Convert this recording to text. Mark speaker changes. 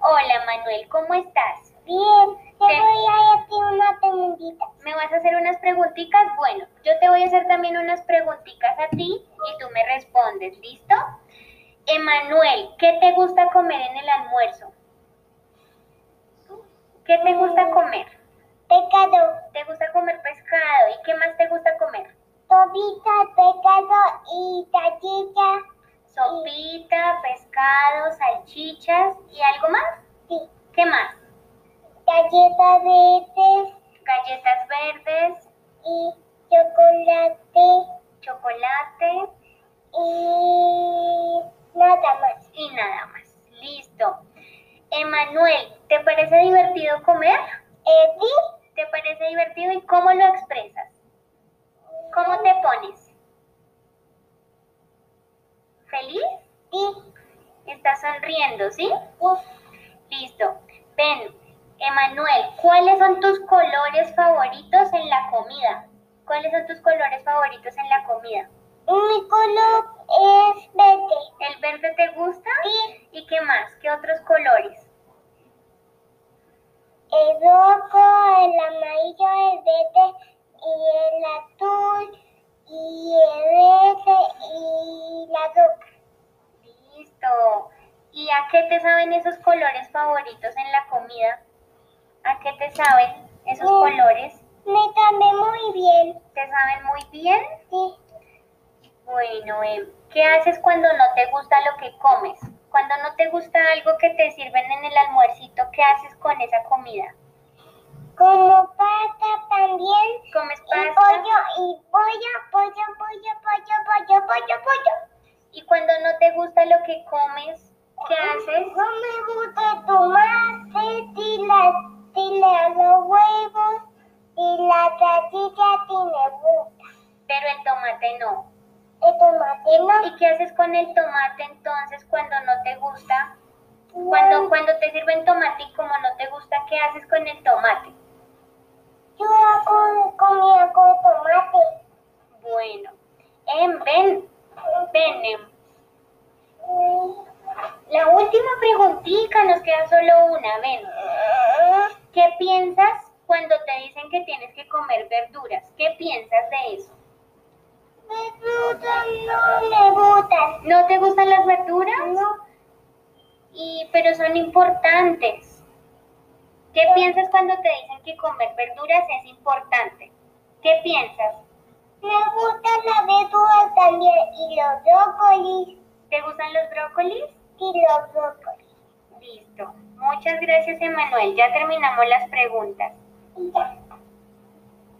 Speaker 1: Hola Manuel, ¿cómo estás?
Speaker 2: Bien, te
Speaker 1: Te-
Speaker 2: voy a hacer una preguntita.
Speaker 1: ¿Me vas a hacer unas preguntitas? Bueno, yo te voy a hacer también unas preguntitas a ti y tú me respondes, ¿listo? Emanuel, ¿qué te gusta comer en el almuerzo? ¿Qué te gusta comer?
Speaker 2: Eh, Pecado,
Speaker 1: ¿Te gusta comer pescado? ¿Y qué más te gusta comer?
Speaker 2: topita, pecado y tachita.
Speaker 1: Sopita, pescado, salchichas y algo más.
Speaker 2: Sí,
Speaker 1: ¿Qué más?
Speaker 2: tachita verdes
Speaker 1: Galletas verdes,
Speaker 2: y chocolate
Speaker 1: chocolate
Speaker 2: y nada más.
Speaker 1: y nada más. Listo. Emanuel, ¿te parece divertido comer?
Speaker 2: Eh, sí,
Speaker 1: ¿Te parece divertido y cómo lo expresas? ¿Cómo te pones? ¿Feliz?
Speaker 2: sí,
Speaker 1: Estás sonriendo, ¿sí?
Speaker 2: sí.
Speaker 1: Listo. Ven, Emanuel, ¿cuáles son tus colores favoritos en la comida? ¿Cuáles son tus colores favoritos en la comida?
Speaker 2: Mi color es verde.
Speaker 1: ¿El verde te gusta?
Speaker 2: Sí,
Speaker 1: ¿Y qué más? ¿Qué otros colores?
Speaker 2: el rojo, el amarillo, el verde y el azul y el verde y la roca.
Speaker 1: Listo. ¿Y a qué te saben esos colores favoritos en la comida? ¿A qué te saben esos
Speaker 2: Mm.
Speaker 1: colores?
Speaker 2: Me cambié muy bien.
Speaker 1: ¿Te saben muy bien?
Speaker 2: Sí,
Speaker 1: Bueno, em, ¿qué haces cuando no te gusta lo que comes? Cuando no te gusta algo que te sirven en el almuercito, ¿qué haces con esa comida?
Speaker 2: como pasta también.
Speaker 1: ¿Comes
Speaker 2: Y
Speaker 1: pasta?
Speaker 2: pollo, y pollo, pollo, pollo, pollo, pollo, pollo, pollo.
Speaker 1: Y cuando no te gusta lo que comes, ¿qué haces?
Speaker 2: No me gusta el tomate, y la, y la- los huevos, y la salchicha, y me gusta.
Speaker 1: Pero el tomate no.
Speaker 2: El tomate no.
Speaker 1: ¿Y qué haces con el tomate entonces cuando no te gusta? Cuando, cuando te sirven tomate y como no te gusta, ¿qué haces con el tomate?
Speaker 2: Yo hago comida con tomate.
Speaker 1: Bueno, em, ven, ven, em, la última preguntita, nos queda solo una, ven. ¿Qué piensas cuando te dicen que tienes que comer verduras? ¿Qué piensas de eso?
Speaker 2: Me gustan, no me gustan.
Speaker 1: ¿No te gustan las verduras?
Speaker 2: No,
Speaker 1: Y, pero son importantes. ¿Qué piensas cuando te dicen que comer verduras es importante? ¿Qué piensas?
Speaker 2: me gustan las verduras también, y los brócolis,
Speaker 1: ¿Te gustan los brócolis?
Speaker 2: y los brócolis.
Speaker 1: Listo. Muchas gracias, Emanuel. Ya terminamos las preguntas.
Speaker 2: Y ya.